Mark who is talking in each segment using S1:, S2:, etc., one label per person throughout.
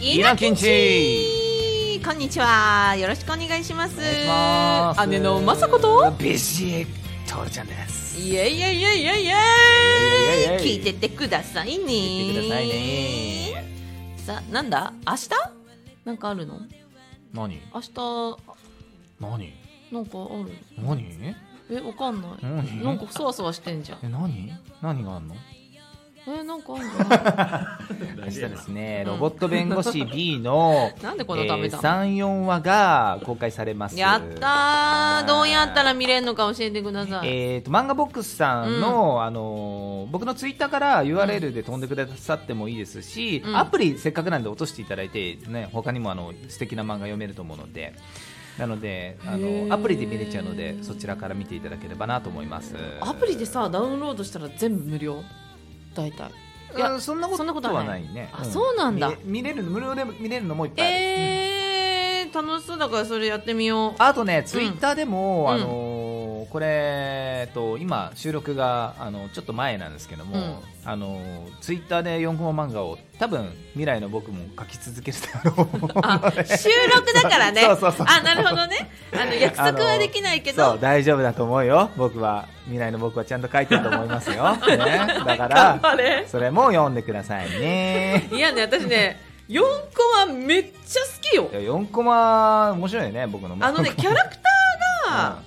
S1: イナキンチ
S2: こんにちは。よろしくお願いします。
S1: ます
S2: 姉のまさこと。
S1: ビジトルちゃんです
S2: いえいえいえいえいえ
S1: イエイイエイイエイ
S2: 聞いててくださいね。
S1: 聞いてくださいね
S2: さ、なんだ明日なんかあるの
S1: 何
S2: 明日、
S1: 何
S2: なんかある
S1: 何
S2: え、わかんない。
S1: 何
S2: なんかそわそわしてんじゃん。
S1: え何何があんの
S2: え、なんかあるんじゃ ない
S1: 明日ですね、ロボット弁護士 B の
S2: なんでこんなダメだ
S1: えー34話が公開されます
S2: やったー。どうやったら見れんのか教えてください。
S1: えー、と漫画ボックスさんの、あのー僕のツイッターから URL で飛んでくださってもいいですし、
S2: うん
S1: アプリせっかくなんで落としていただいて、ね、他にもあの素敵な漫画読めると思うのでなのであ
S2: へー
S1: のアプリで見れちゃうのでそちらから見ていただければなと思います
S2: アプリでさ、ダウンロードしたら全部無料。大体。いや
S1: うんそんなこ
S2: そんなこと
S1: と
S2: は
S1: は
S2: な
S1: ないいね
S2: あそうなんだ
S1: 見れ見れるの無料で見れるのもいっぱいある、
S2: えー、楽しそうだからそれやってみよう。
S1: あとね、ツイッターで
S2: う
S1: も、
S2: ん
S1: あのーこれ、えっと、今、収録があのちょっと前なんですけども、
S2: うん
S1: あのーツイッターで4コマ漫画を多分未来の僕も書き続けるだろう
S2: あ収録だからね。
S1: そうそうそう
S2: あ、なるほどね。あの約束はできないけ
S1: そう
S2: ど、
S1: 大丈夫だと思うよ僕は未来の僕はちゃんと書いてると思います よ、ね、だか
S2: 頑張れ
S1: らそれも読んでくださいね
S2: いやね、私ね、4コマめっちゃ好きよ
S1: い。や4コマ面白いよね僕の
S2: あのね、キャラクター
S1: う
S2: が
S1: ん、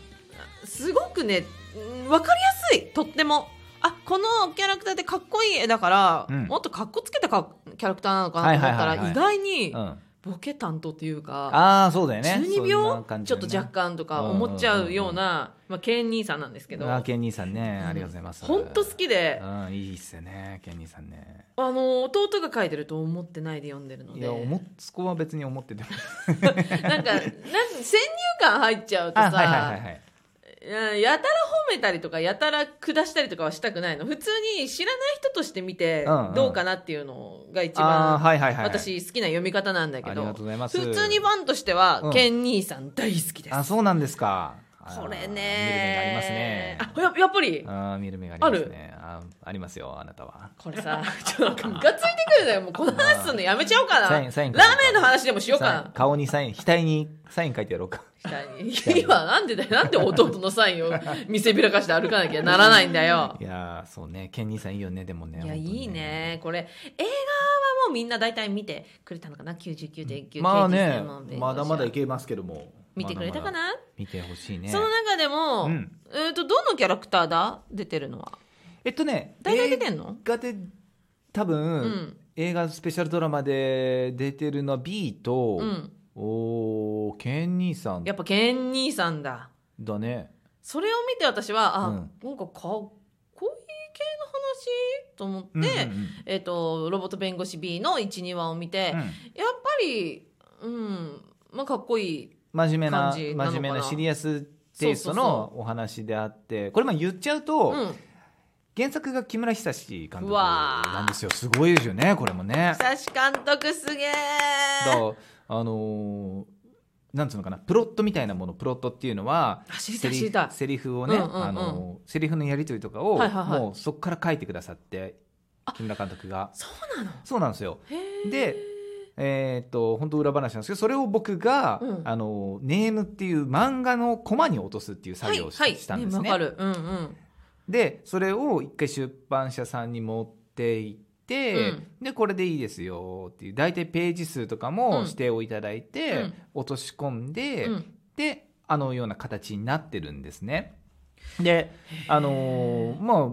S2: すごくね、うんわかりやすい、とっても。あ、このキャラクターってかっこいい絵だから、
S1: うん
S2: もっとかっこつけたかキャラクターなのかなと思った
S1: はいはいはい
S2: ら、
S1: はい
S2: 意外に
S1: うん、
S2: ボケ担当というか、
S1: ああそうだよね
S2: 12
S1: そん
S2: 秒
S1: な、感じ
S2: ちょ
S1: だ
S2: っ
S1: ね
S2: と若干とか思っちゃうような、まあ、ケン兄さんなんですけど、
S1: あーケン兄さんね、ありがとうございます
S2: 本当好きで、
S1: うん、いいっすよね、ケンニーさんね。
S2: あの弟が書いてると思ってないで読んでるの
S1: い
S2: で
S1: や、思っそこは別に思ってても。
S2: なんかなんか先入観入っちゃうと
S1: あ、
S2: さ、
S1: はいはいはいはい。
S2: うんやたら褒めたりとかやたら下したりとかはしたくないの普通に知らない人として見て
S1: うんうん
S2: どうかなっていうのが一
S1: あー、
S2: 番
S1: はいはいはい。
S2: 私好きな読み方なんだけ
S1: ありが
S2: ど
S1: とうございます。
S2: 普通にファンとしては、
S1: うん
S2: ケン兄さん大好きです
S1: あ、そうなんですか。あー
S2: これ
S1: 見る目
S2: ね
S1: がありますね。
S2: あややっぱり
S1: あー、見る目がありますね。あ、ありますよ、あなたは。
S2: これさ ちょっとなんかムカついてくるのよもうこの話すんのやめちゃおうかなラ
S1: サインサイン書いて
S2: ーメンの話でもしよう
S1: サイ
S2: か
S1: ン顔にサイン、額にサイン書いてやろうか。
S2: な今なんでだよなんで弟のサインを見せびらかして歩かなきゃならないんだよ
S1: いやー、そうね、ケンニーさんいいよね、でもね。
S2: いや、
S1: 本当に
S2: いい。ね。これ、映画はもうみんな大体見てくれたのかな ?99.9。
S1: まあ
S2: 刑事
S1: ね
S2: 専門、弁護士
S1: まだまだいけますけども。
S2: 見てくれたか
S1: まだまだ
S2: な
S1: 見てほしいね。
S2: その中でも、
S1: うん
S2: えっと、どのキャラクターだ出てるのは。
S1: えっとね、
S2: 大体出てんの
S1: 映画で多分、
S2: うん
S1: 映画スペシャルドラマで出てるのは B と、
S2: うん
S1: おーケン兄さん
S2: やっぱ、ケン兄さんだ。
S1: だね
S2: それを見て私は、あ、
S1: うん
S2: なんかかっこいい系の話と思って、
S1: うんうんうん
S2: えっと、ロボット弁護士 B の1、2話を見て、
S1: うん
S2: やっぱり、うん、まあ、かっこいい。
S1: 真面目な
S2: 感じなのかな
S1: 真面目なシリアステイス
S2: そうそ
S1: ト
S2: う
S1: のお話であってこれまあ言っちゃうと、
S2: うん。
S1: 原作が木村久志監督
S2: うわー
S1: なんですよすごいですよねこれもね
S2: 久し監督すげえ
S1: だからあのーなんつうのかなプロットみたいなものプロットっていうのは
S2: あ知りた
S1: セ
S2: い
S1: リ
S2: 知りたい
S1: セリフをね、
S2: うんうんうん
S1: あのセリフのやり取りとかを、
S2: はいはいはい
S1: もうそこから書いてくださって木村監督が
S2: そうなの
S1: そうなんですよ
S2: へー
S1: でえーっと本当裏話なんですけどそれを僕が、
S2: うん
S1: あのネームっていう漫画のコマに落とすっていう作業をし,、
S2: はいはい
S1: たんですね
S2: わかる。うんうん。
S1: でそれを一回出版社さんに持っていって、
S2: うん
S1: でこれでいいですよっていう大体ページ数とか
S2: うん
S1: も指定をいただいて、
S2: うん
S1: 落とし込んで、
S2: うん
S1: であのような形になってるんですね。であのーまあ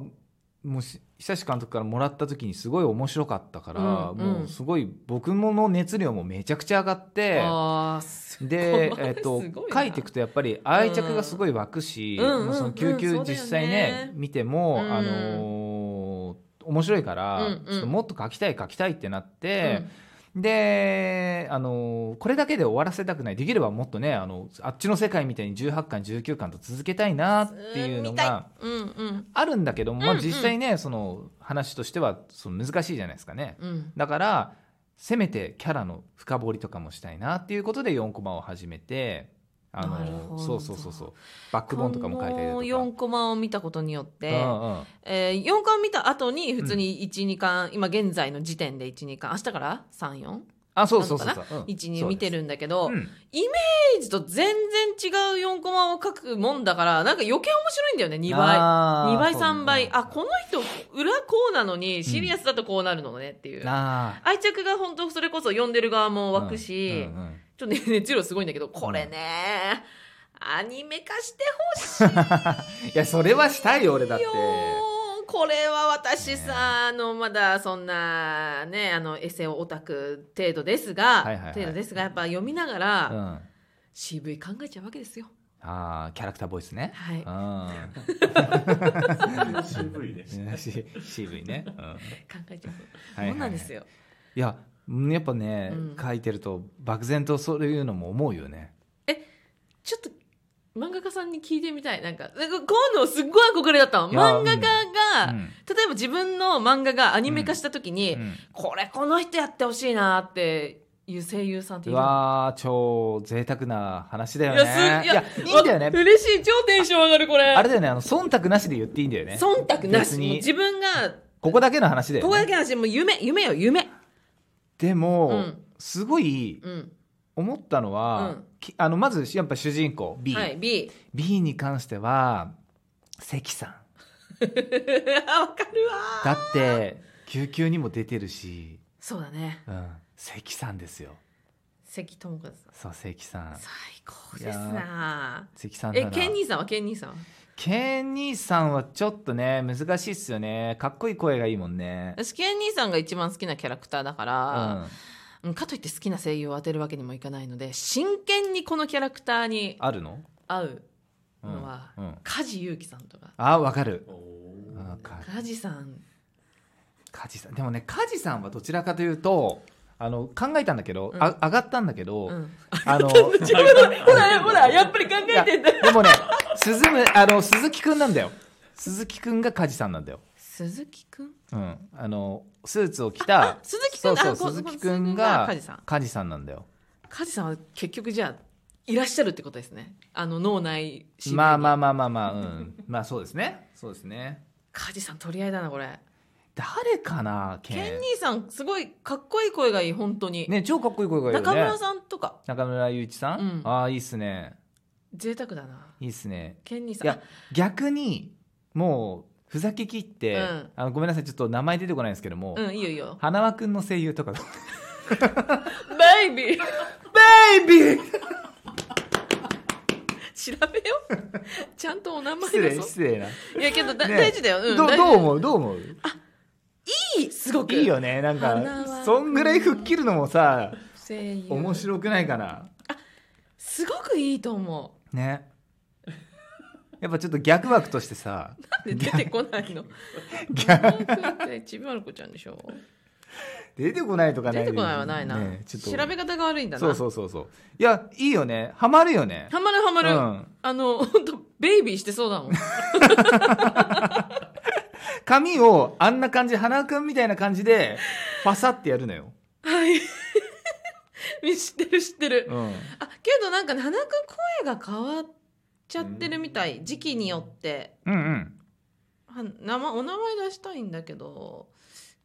S1: もうし久志監督からもらった時にすごい面白かったから、
S2: うんうん
S1: もうすごい僕もの熱量もめちゃくちゃ上がって。
S2: あーす
S1: で
S2: こ、れ
S1: えっと
S2: すごい、な
S1: 書いていくとやっぱり愛着がすごい湧くし、
S2: うんうんうん
S1: まあその救
S2: うん
S1: 急
S2: そうだ
S1: 実
S2: よね
S1: 際ね見ても、
S2: うん
S1: あのー面白いから、
S2: うんうん
S1: ちょっともっと書きたい書きたいってなって、で、あのーこれだけで終わらせたくないできればもっとねあのあっちの世界みたいに18巻19巻と続けたいなっていうのが。
S2: うんうん
S1: あるんだけども、まあ、
S2: うんうん
S1: 実際ね、その話としてはその難しいじゃないですかね。
S2: うん。
S1: だからせめてキャラの深掘りとかもしたいなっていうことで4コマを始めてあ
S2: なるほど
S1: のそうそうそうそうバックボーンとかも書いたりだと
S2: この
S1: か。
S2: 4コマを見たことによって、
S1: うんうん
S2: えー、4巻見た後に普通に1、2巻今現在の時点で1、2巻明日から3、4
S1: あそう
S2: な
S1: そ
S2: の
S1: う
S2: か
S1: そう
S2: な
S1: そううん
S2: 1、2見てるんだけど、
S1: そうです
S2: ページと全然違う4コマを書くもんだからなんか余計面白いんだよね
S1: うん
S2: 2倍
S1: あー
S2: 2倍
S1: そうだね
S2: 3倍あこの人裏こうなのにシリアスだとこうなるのねっていう、
S1: あ
S2: 愛着が本当それこそ読んでる側も
S1: ー
S2: 湧くし、
S1: うんうんうん
S2: ちょっとね熱量すごいんだけどこれねアニメ化してほしい
S1: いやそれはしたいよ俺だって
S2: よーこれは私さ、あのまだそんなねあのエセオタク程度ですが、
S1: はいはいはい
S2: 程度ですがやっぱ読みなが
S1: う
S2: ら、
S1: ん
S2: 渋い考えちゃうわけですよ
S1: ああキャラクターボイスね
S2: はい、
S1: う
S3: 渋いね。
S1: んし渋いね、うん
S2: 考えちゃう
S1: はいはいはい
S2: そうなんですよ
S1: いやうんやっぱね、
S2: うん
S1: 書いてると漠然とそういうのも思うよね
S2: ちょっと漫画家さんに聞いてみたいなんかなんかこういうのすっごい憧れだったの
S1: いや
S2: 漫画家が、
S1: うん
S2: 例えば自分の漫画がアニメ化した時に、
S1: うん
S2: これこの人やってほしいなっていう声優さんっていうるの
S1: わー超贅沢な話だよ
S2: い
S1: ね
S2: やすいや
S1: いいんだよね
S2: わ嬉しい超テンション上がるこれ
S1: あれだよねあの忖度なしで言っていいんだよね
S2: 忖度なし
S1: 別に
S2: もう自分が
S1: ここだけの話で、
S2: ここだけの話もう夢夢よ夢
S1: でも、
S2: うん
S1: すごい
S2: うん
S1: 思ったのは、
S2: うん
S1: きあのまずやっぱ主人公 B、
S2: はい B
S1: B に関しては関さん
S2: あわかるわ
S1: だって救急にも出てるし、
S2: そうだね
S1: うん、関さんですよ
S2: 関智子さん
S1: そう関さん
S2: 最高ですな
S1: 関さんな
S2: え
S1: ら
S2: ケンニーさんはケンニーさんは
S1: ケンニーさんはちょっとね難しいっすよねかっこいい声がいいもんね
S2: 私ケンニーさんが一番好きなキャラクターだか
S1: う
S2: ら、
S1: ん
S2: うん、かといって好きな声優を当てるわけにもいかないので真剣にこのキャラクターに
S1: あるの
S2: 合う
S1: うん
S2: のは
S1: うん
S2: 梶裕貴さんとか
S1: あわかる
S3: おー
S1: あか
S2: 梶さん
S1: 梶さんでもね梶さんはどちらかというとあの考えたんだけど、
S2: うん
S1: あ上がったんだけど、
S2: うん
S1: あの
S2: 自分のほらほらやっぱり考えてんだ
S1: いやでもね鈴むあの鈴木くんなんだよ鈴木くんが梶さんなんだよ、
S2: 鈴木くん
S1: うん、あのスーツを着
S2: あ
S1: た
S2: 鈴木く
S1: そ
S2: ん
S1: うそう
S2: あこ
S1: 鈴木くん
S2: こ
S1: が
S2: 梶さん
S1: 梶さんなんだよ
S2: 梶さんは結局じゃあいらっしゃるってことですねあの脳内神経に
S1: まあまあまあまあまあうんまあそうですねそうですね
S2: 梶さん取り合いだなこれ
S1: 誰かなケン
S2: ケン兄さんすごいかっこいい声がいい本当に、
S1: ね超かっこいい声がいいよね
S2: 中村さんとか
S1: 中村雄一さん、
S2: うん
S1: ああいいっすね
S2: 贅沢だない
S1: いっすね
S2: ケン兄さ
S1: い
S2: ん
S1: や逆にもうふざけきって、
S2: うん
S1: あのごめんなさいちょっと名前出てこないんですけども、
S2: うんいいよいい よ
S1: 花輪くんの声優とかが
S2: ベイビー
S1: 「ベイ ビー!
S2: 調べようちゃんとお名」前
S1: 失
S2: だ
S1: 礼
S2: ぞ
S1: 失礼な、ね
S2: いやけどだ、大事だよ、うん、
S1: ど
S2: 大
S1: ど
S2: 事
S1: う思うどう思う
S2: いいすごく
S1: いいよねなん
S2: 花輪く
S1: か
S2: ん
S1: そんぐらい吹っ切るのもさ
S2: 声優
S1: 面白くないかな
S2: すごくいいと思う
S1: ねやっぱちょっと逆枠としてさ
S2: で出てこないの
S1: 逆
S2: でちびまる子ちゃんでしょ
S1: 出てこないとかない
S2: 出てこないはないな、
S1: ねちょっと
S2: 調べ方が悪いんだな
S1: そうそうそうそういやいいよねハマるよね
S2: ハマるハマる、
S1: うん
S2: あの本当ベイビーしてそうだもん
S1: 髪をあんな感じ花輪くんみたいな感じでファサってやるのよ、
S2: 知ってる知ってる、
S1: うん、
S2: あけどなんかね花くん声が変わっちゃってるみたい時期によって
S1: うんうん
S2: は名前お名前出したいんだけど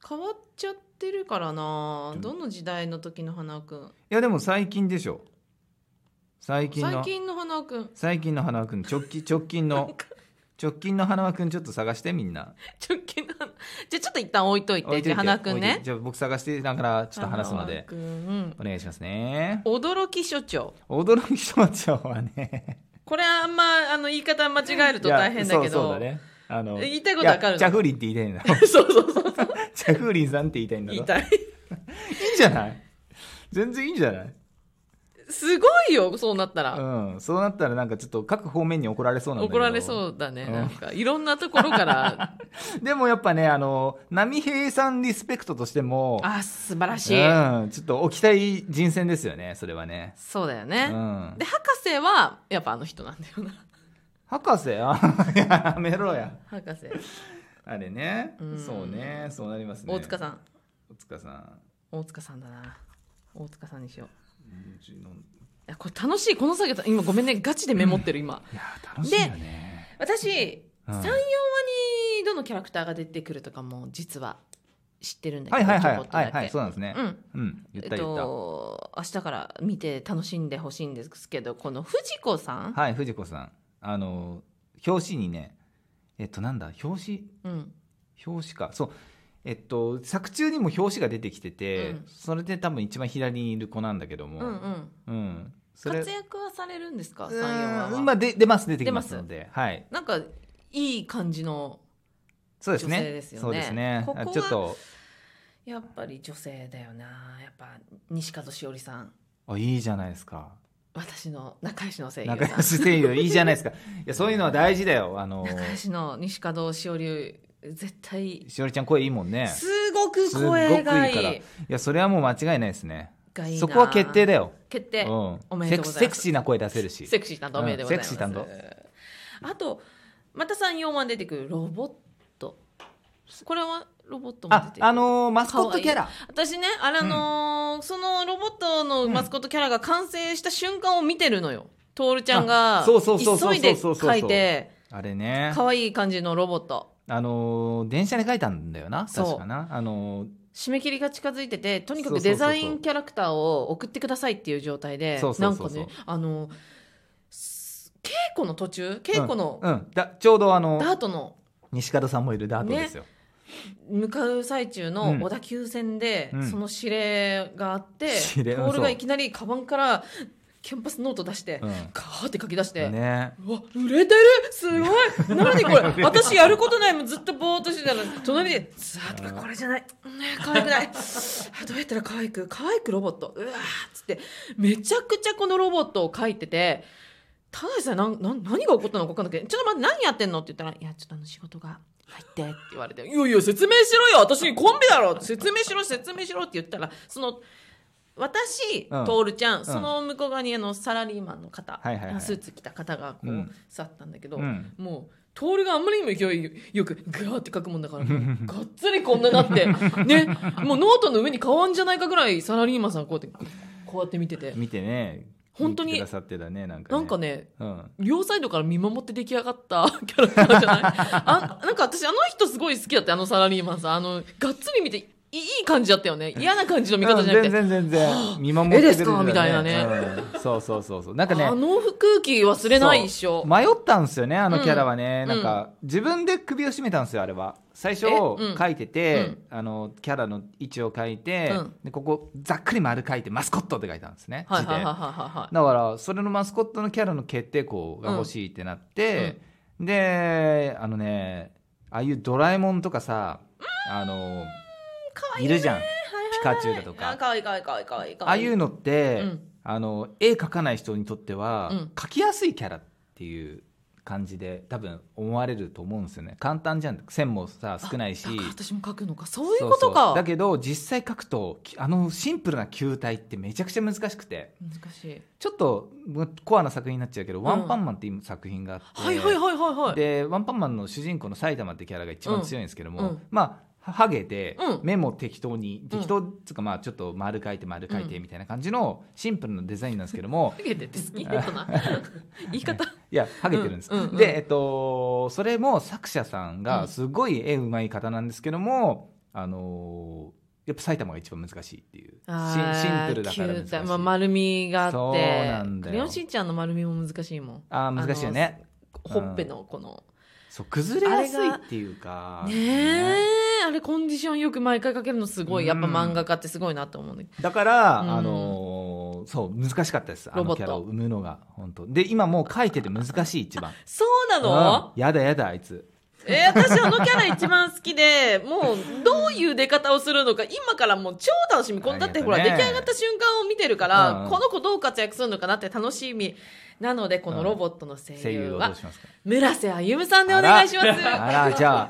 S2: 変わっちゃってるからなどの時代の時の花くん
S1: いやでも最近でしょ最近
S2: 最
S1: の
S2: 近の花くん
S1: 最近の花輪くん直近直近の直近の花輪くんちょっと探してみんな
S2: 直近のじゃあちょっと一旦置いといて
S1: 置いといて
S2: 花くん
S1: 置いといて
S2: ね
S1: じゃあ僕探してだからちょっと話すの
S2: 花輪
S1: で
S2: くんうん
S1: お願いしますね
S2: 驚き所長
S1: 驚き症状はね
S2: これあんまあの言い方間違えると大変だけ
S1: いやそうそう
S2: ど
S1: だねあの
S2: 言いたいことわかるの
S1: やチャフーリンって言いたいんだ
S2: そうそうそうそう
S1: チャフーリンさんって言いたいんだろ
S2: 言いたい
S1: いいじゃない全然いいんじゃない
S2: すごいよそうなったら、
S1: うんそうなったらなんかちょっと各方面に怒られそうなんだけ
S2: 怒
S1: ど
S2: られそうだね、
S1: うん
S2: なんかいろんなところから
S1: でもやっぱねあの波平さんリスペクトとしても
S2: あ素晴らしい、
S1: うん、ちょっと置きたい人選ですよねそれはね、
S2: そうだよ
S1: う
S2: ね、
S1: ん
S2: で、博士はやっぱあの人なんだよな
S1: 博士 あやめろや
S2: 博士
S1: あれね、
S2: うん
S1: そうねそうなりますね
S2: 大塚
S1: ん
S2: さん
S1: 大塚さん
S2: 大塚さんだな大塚さんにしよう
S1: うんうちの
S2: いやこれ楽しいこの作業今ごめんねガチでメモってる今、
S1: いや楽しいよね
S2: 私、
S1: うん
S2: 34話にどのキャラクターが出てくるとかも実は知ってるんだ
S1: は
S2: け
S1: い
S2: ど、
S1: はいは
S2: ち
S1: い
S2: ょこっと
S1: はい
S2: だ
S1: はい
S2: け
S1: そうなんですね
S2: うん
S1: うん言
S2: え
S1: っ
S2: った
S1: 言った
S2: と、明日から見て楽しんでほしいんですけどこの藤子さん、
S1: はい藤子さんあの表紙にねえっとなんだ表紙
S2: うん、
S1: 表紙かそうえっと作中にも表紙が出てきてて、
S2: うん
S1: それで多分一番左にいる子なんだけど
S2: う
S1: も
S2: んうん
S1: うんそれ
S2: 活躍はされるんですか
S1: う
S2: 34話
S1: ー
S2: は、
S1: んまあで出ます出てきますのではい
S2: なんかいい感じの
S1: そうです
S2: 女性
S1: ね
S2: ですよね
S1: そうですね
S2: ここは
S1: ちょっと
S2: やっぱり女性だよなやっぱ西和しおりさん
S1: あいいじゃないですか
S2: 私の仲良しの声優さん
S1: 仲良し声優いいじゃないですかいやそういうのは大事だよあの
S2: 仲良しの西門しおり絶対
S1: しおりちゃん声いいもんね
S2: すごく声がい
S1: すっごくいいから
S2: い
S1: いやそれはもう間違いないですね
S2: がいいな
S1: そこは決定だよ、
S2: 決定
S1: うん、
S2: おめでとうございます
S1: セクセクシーな声出せるし
S2: セクシー担当おめでとうございます、
S1: うんセクシー担
S2: あとまた34話出てくるロボットこれはロボットも出て
S1: あ
S2: くる
S1: あのーマスコットキャラ
S2: 私ねあれあのーそのロボットのマスコットキャラが完成した瞬間を見てるのよ徹ちゃんが
S1: あそうそうそうそう
S2: 急いで
S1: そうそうそう
S2: 描いて
S1: あれね
S2: 可愛い感じのロボット
S1: あのー電車で書いたんだよな
S2: そう
S1: 確かなあの
S2: 締め切りが近づいててとにか
S1: そ
S2: く
S1: うそ
S2: デ
S1: うそうそう
S2: ザインキャラクターを送ってくださいっていう状態で
S1: そうそうそうそう
S2: なんかねあのす稽古の途中稽古の
S1: ーうんだちょうどあの
S2: ダートの
S1: 西門さんもいるダートですよ、
S2: 向かう最中
S1: う
S2: の
S1: ん
S2: 小田急線で、
S1: うん
S2: その指令があって、
S1: 指令
S2: ポ
S1: うん
S2: ール
S1: そ
S2: が
S1: う
S2: いきなりカバンからキャンパスノート出して、
S1: う
S2: ガーって書き出して、
S1: んね
S2: うわ売れてるす ごい何これ私やることないもんずっとぼーっとしてたら隣で「さあこれじゃない、ね、可愛くない あどうやったら可愛く可愛くロボットうわ」っつってめちゃくちゃこのロボットを描いててただでさえなんなん何が起こったのか分かんないけど「ちょっと待って何やってんの?」って言ったら「いやちょっとあの仕事が入って」って言われて「いやいや説明しろよ私にコンビだろ説明しろ説明しろ」って言ったらその。私、
S1: うん
S2: トールちゃん、その向こう側にあのサラリーマンの方、
S1: はいはいはい
S2: スーツ着た方がこう、
S1: うん
S2: 座ったんだけど、
S1: うん
S2: もうトールがあんまりにも勢いよくガーって書くもんだ からもうがっつりこんななってねもうノートの上に変わんじゃないかぐらいサラリーマンさんこうやってこうやって見てて
S1: 見てね
S2: 本当に
S1: 見てくださってたねなんかね
S2: なんかね
S1: うん
S2: 両サイドから見守って出来上がった キャラクターじゃないあなんか私あの人すごい好きだったあのサラリーマンさんあのがっつり見ていいい感じだったよね嫌な感じの見方じゃなくて、
S1: うん全然全然見守ってくれてたよ
S2: 絵ですかみたいなね
S1: うんそうそうそうそうなんかね
S2: あの空気忘れない一
S1: そう
S2: 生
S1: 迷ったんですよねあのキャラはね、
S2: うん
S1: なんか、自分で首を絞めたんですよあれは最初
S2: えうん
S1: 書いてて、あのキャラの位置を書いて、
S2: うん
S1: でここざっくり丸書いてマスコットって書いたんですね、
S2: はいはいはい
S1: 字で
S2: はいはいはい
S1: だからそれのマスコットのキャラの決定校が欲しいってなって、であのねああいうドラえもんとかさ、あの
S2: 可愛
S1: い
S2: い
S1: るじゃん、
S2: はい
S1: ピカチュウだとか
S2: あ可愛い可愛い可愛い可愛い可
S1: ああ
S2: 愛
S1: いうのって、
S2: うん
S1: あの絵描かない人にとっては、
S2: うん
S1: 描きやすいキャラっていう感じで多分思われると思うんですよね簡単じゃん線もさ少ないし
S2: だから私も書くのかそういうこと
S1: そう
S2: か
S1: そうだけど実際描くときあのシンプルな球体ってめちゃくちゃ難しくて
S2: 難しい
S1: ちょっとコアな作品になっちゃうけど「
S2: ん
S1: ワンパンマン」っていう作品があって、
S2: はいはいはいはいはい
S1: でワンパンマンの主人公の埼玉ってキャラが一番強いんですけども、
S2: うんうん
S1: まあハゲで
S2: うん
S1: 目も適当に、
S2: うん
S1: 適当っていうかまあちょっと丸描いて丸描いてみたいな感じのシンプルなデザインなんですけど も、
S2: ハゲてて好きだ な言い方
S1: いやハゲてるんです、
S2: うんうんうん
S1: でえっとそれも作者さん
S2: う
S1: が
S2: ん
S1: すごい絵うまい方なんですけども、あのーやっぱ埼玉が一番難しいっていうシンシンプルだから難
S2: キ
S1: し
S2: ュー
S1: い、
S2: トまあ、丸みがあって
S1: そうなんだ
S2: ク
S1: よ
S2: レヨンしんちゃんの丸みも難しいもん
S1: あー難しいよね
S2: ほっぺのこの、
S1: そう崩れやすいっていうか
S2: ねえあれコンディションよく毎回かけるのすごいやっぱ漫画家ってすごいなと思うんだけど
S1: だから、
S2: うん
S1: あのーそう難しかったですあ
S2: ロボ
S1: の
S2: ット
S1: キャラを生むのが本当で今もう描いてて難しい一番
S2: そうなの、
S1: うんやだやだあいつ
S2: えー私あのキャラ一番好きでもうどういう出方をするのか今からもう超楽しみこんだってほら
S1: あ
S2: 出
S1: り
S2: 来
S1: がとうね
S2: 上がった瞬間を見てるから、
S1: うんうん
S2: この子どう活躍するのかなって楽しみなのでこのロボットの声
S1: 声
S2: 優
S1: 優をど
S2: は
S1: うしますか
S2: 村瀬歩さんでお願いします
S1: あらあらじゃ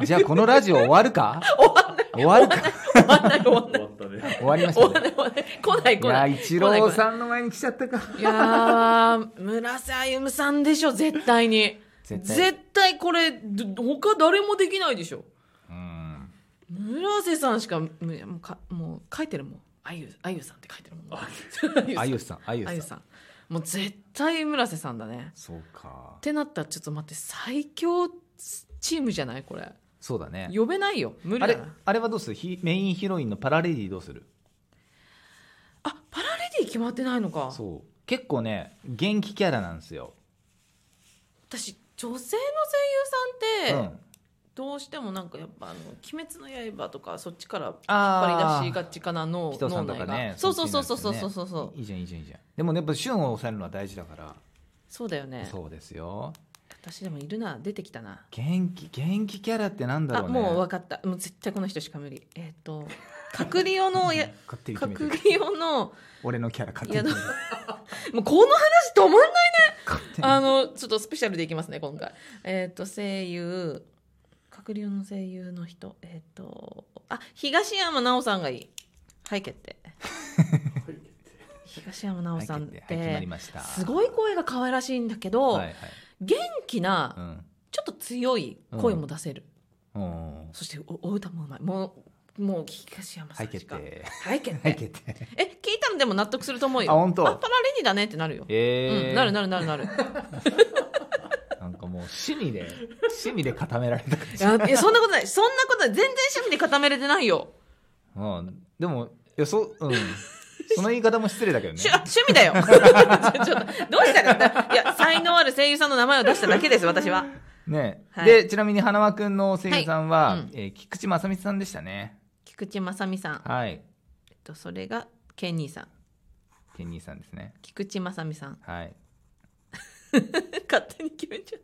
S1: あじゃあこのラジオ終わるか終わるか
S2: 終わんない終わんない
S3: 終わったね。
S1: 終わりまし
S2: 終
S1: た
S2: わ
S1: ね
S2: んない終わんない来ない
S1: い
S2: 来
S1: や
S2: ない
S1: 一郎さんの前に来ちゃったか
S2: いやー村瀬歩さんでしょ絶対に
S1: 絶対
S2: 絶対これど他誰もできないでしょ
S1: うん
S2: 村瀬さんしかむもうかもう書いてるもんあゆあゆさんって書いてるもん
S1: あ
S2: あゆ
S1: ゆさんあゆ
S2: さんあ
S1: さん
S2: ゆさんもう絶対村瀬さんだね
S1: そうか
S2: ってなったらちょっと待って最強チームじゃないこれ
S1: そうだね
S2: 呼べないよ無理
S1: あ
S2: だ
S1: れ
S2: な
S1: あれはどうするひメインヒロインのパラレディどうする
S2: あパラレディ決まってないのか
S1: そう結構ね元気キャラなんですよ、
S2: 私女性の声優
S1: う
S2: さんって、
S1: ん、
S2: どうしてもなんかやっぱあの「鬼滅の刃」とかそっちから張
S1: あー
S2: り出しがちかな脳
S1: 人さ
S2: 脳
S1: んと
S2: 内
S1: か
S2: が、
S1: ね
S2: そうそうそうそう
S1: そ
S2: そう
S1: っちにな
S2: そうそ
S1: る
S2: うそう
S1: いいじゃんいいじゃんいいじゃんでもねやっぱ旬を抑えるのは大事だから、
S2: そうだよね
S1: そうですよ
S2: 私でもいるな出てきたな
S1: 元気元気キャラってなんだ
S2: あ
S1: ろうね
S2: もう分かったもう絶対この人しか無理えっ、と 隔離用のや
S1: 勝手に決めて
S2: 隔
S1: る
S2: 離用の
S1: 俺のキャラ勝手に決めてる
S2: もうこの話止まんない
S1: 勝手に
S2: あのちょっとスペシャルでいきますね今回えっ、と声優隔離用の声優の人えっ、とあ東山奈緒さんがいいはい決定東山
S1: は
S2: 奈
S1: い
S2: 緒さんっ
S1: 決定はい決まり
S2: て
S1: ました
S2: すごい声が可愛らしいんだけど、
S1: はいはい
S2: 元気な、ちょっと強い声も出せる、
S1: うんうん
S2: そしておお歌もうまいもうもう東山
S1: は
S2: さ
S1: い
S2: んし
S1: 決
S2: か
S1: 定
S2: はい決
S1: は
S2: 定
S1: い決定
S2: え聞いたのでも納得すると思うよ
S1: あ本当
S2: パラレディだねってなるよ、
S1: え
S2: う
S1: ー
S2: ん、なるなるなるな る
S1: なんかもう趣味で趣味で固められた感
S2: いやいやそんなことないそんなことない全然趣味で固めれてないよ、
S1: じ、うん、でもいやそ,、 うん、その言い方も失礼だけどね
S2: しゅあ趣味だ よちょちょっとどうしたらいや才能ある声優さんの名前を出しただけです私は
S1: ね、
S2: はい
S1: でちなみに花輪君の声優さんは、
S2: はいうん
S1: えー菊池正美さんでしたね
S2: 菊池雅美さん、
S1: はい
S2: えっと、それがケニーさん
S1: ケニーさんですね
S2: 菊池雅美さん
S1: はい
S2: 勝手に決めちゃっ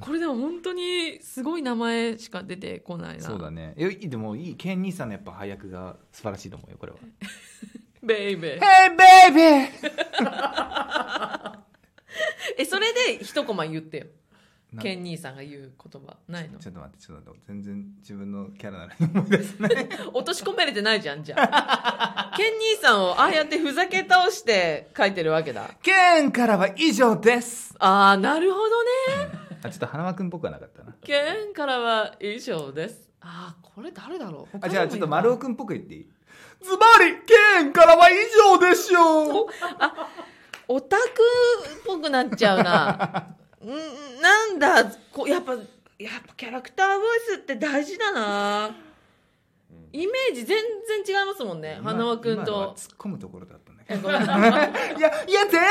S2: たこれでも本当にすごい名前しか出てこないな
S1: そうだねえでもいいケニーさんのやっぱ配役が素晴らしいと思うよこれは
S2: ベイベー
S1: 「Hey baby!」
S2: えそれで一コマ言ってよ
S1: なん
S2: ケン兄さんが言う言葉ないの
S1: ちょっと待ってちょっと待って全然自分のキャラなのに思い 出せない
S2: 落とし込めれてないじゃんじゃあ ケン兄さんをああやってふざけ倒して書いてるわけだ
S1: ケンからは以上です
S2: ああなるほどね
S1: あちょっと花輪君っぽくはなかったな
S2: ケンからは以上ですああこれ誰だろう
S1: あじゃあちょっと丸尾
S2: る
S1: 君っぽく言っていいズバリケンからは以上ですよ
S2: オタクっぽくなっちゃうな んなんだこうやっぱやっぱキャラクターボイスって大事だなイメージ全然違いますもんね花輪君
S1: 今のは
S2: と
S1: 突っ込むところだったんだけ
S2: え
S1: ど
S2: ごめん
S1: いやいや全然全然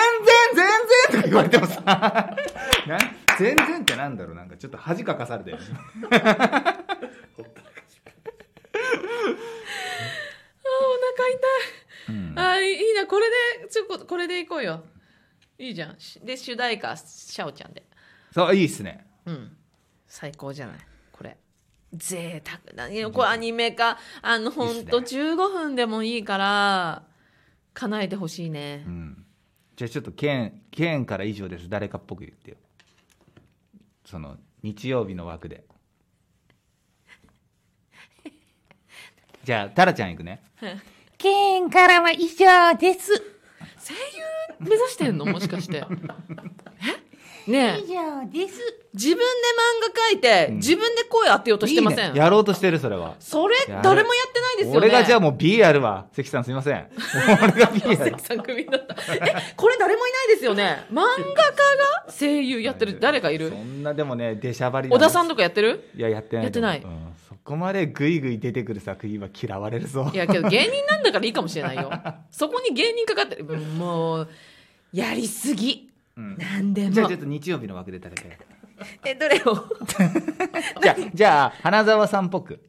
S1: とか言われてもさ な全然ってなんだろうなんかちょっと恥かかされたよね
S2: あーお腹痛
S1: うん
S2: い。あーいいいいなこれでちょここれでいこうよ。いいじゃん。しで主題歌シャオちゃんで。
S1: そういいっすね
S2: うん。最高じゃない。これ。贅沢だね。これアニメ化あの
S1: いいっす
S2: 本
S1: ね
S2: 当15分でもいいから叶えてほしいね
S1: う。んじゃあちょっとケンケンから以上です誰かっぽく言ってよその日曜日の 枠でじゃあタラちゃん行くね
S4: ケンからは以上です。
S2: 声優目指して んのもしかして。え？ねえ
S4: 以上です。
S2: 自分で漫画書いて、
S1: うん
S2: 自分で声当てようとしてません。
S1: いいねやろうとしてるそれは
S2: それ
S1: やる
S2: 誰もやってないですよね。
S1: 俺がじゃあもう B やるわ関さんすいま せん俺が B やる
S2: 関さんクビになった。え、これ誰もいないですよね。漫画家が声優やってる誰かいる
S1: そんなでもね出しゃばりな
S2: 小田さんとかやってる
S1: いややってないと思ううん、そこまでグイグイ出てくる作品は嫌われるぞ
S2: いやけど芸人なんだからいいかもしれないよ。 そこに芸人かかってる。もう、やりすぎ。
S1: うん
S2: なんで
S1: じゃあ
S2: も
S1: ちょっ。と日曜日の枠で誰かやる
S2: え、どれを
S1: じゃあじゃあ花澤さんっぽく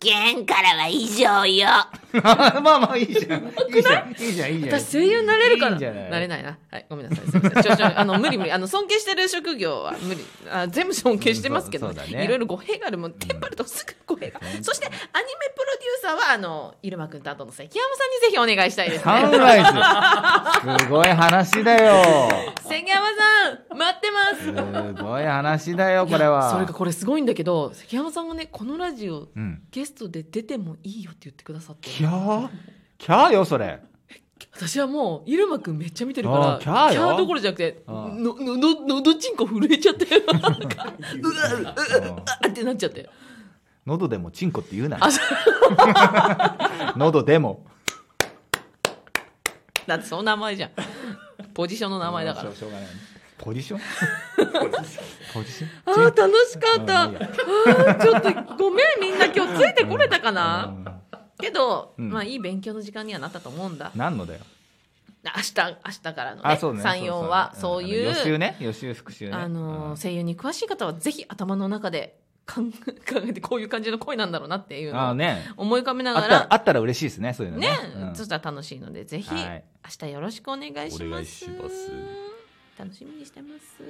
S4: ケンからは以上よ。
S1: まあまあいいじゃんいいじゃんいいじゃんいいじゃん
S2: 私声優になれるから。
S1: いいんじゃない
S2: なれないな。はい、ごめんなさい。すいませんちょちょあの無理無理。あの、尊敬してる職業は無理。あ全部尊敬してますけど、
S1: うんそうそうだね
S2: いろいろ語弊があるもん。テンパるとすぐ語弊が。そして、アニメプロデューサーは、あの、入間君と後の関山さんにぜひお願いしたいですね。
S1: サンライズすごい話だよ
S2: 関山さん待ってます
S1: すごい話だ よこれは
S2: それがこれすごいんだけど関山さんがねこのラジオ
S1: うん
S2: ゲストで出てもいいよって言ってくださって
S1: キャーキャーよそれ
S2: 私はもう入間くんめっちゃ見てるか
S1: あ
S2: ら
S1: ーキャーよ
S2: どころじゃなくて
S1: あ
S2: の
S1: ー
S2: のののどちんこ震えちゃ ってうわうわうわうわってなっちゃって
S1: 喉でもチンコって言うな
S2: あそ
S1: 喉でも
S2: だってその名前じゃんポジションの名前だから
S1: しょうしょうがないポジションポジション
S2: あー楽しかったあ
S1: うんいいや
S2: ーちょっとごめんみんな今日ついてこれたか
S1: う
S2: なんけど、
S1: うん
S2: まあいい勉強の時間にはなったと思うんだ
S1: 何のだよ
S2: 明日明日からのね
S1: あそうね
S2: 34はそう
S1: ね
S2: い
S1: んあの予習
S2: う
S1: ね予習復習ね
S2: あのー
S1: うん
S2: 声優に詳しい方はぜひ頭の中で考え 考えてこういう感じの声なんだろうなっていう
S1: あ
S2: の
S1: ー
S2: を
S1: ね
S2: 思い浮かべな
S1: あ
S2: が
S1: ったら
S2: ら
S1: あったら嬉しいですねそういうのね
S2: ね
S1: うん
S2: そしたら楽しいのでぜひ
S1: は
S2: 明
S1: い
S2: 日よろしくお願いし
S3: お願
S2: ま
S3: い
S2: す
S3: します
S2: 楽しみにしてます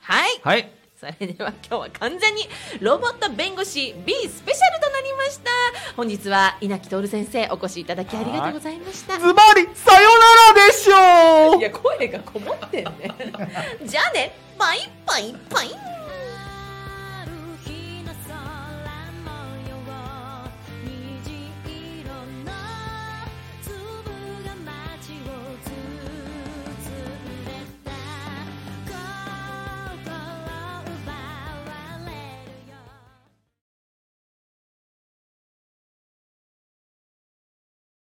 S2: はい
S1: はい
S2: それでは今日は完全にロボット弁護士 B スペシャルとなりました本日は稲木徹先生お越しいただきありがとうございました
S1: ズバリさよならでしょう
S2: いや声がこもってんねじゃあねバイバイバイ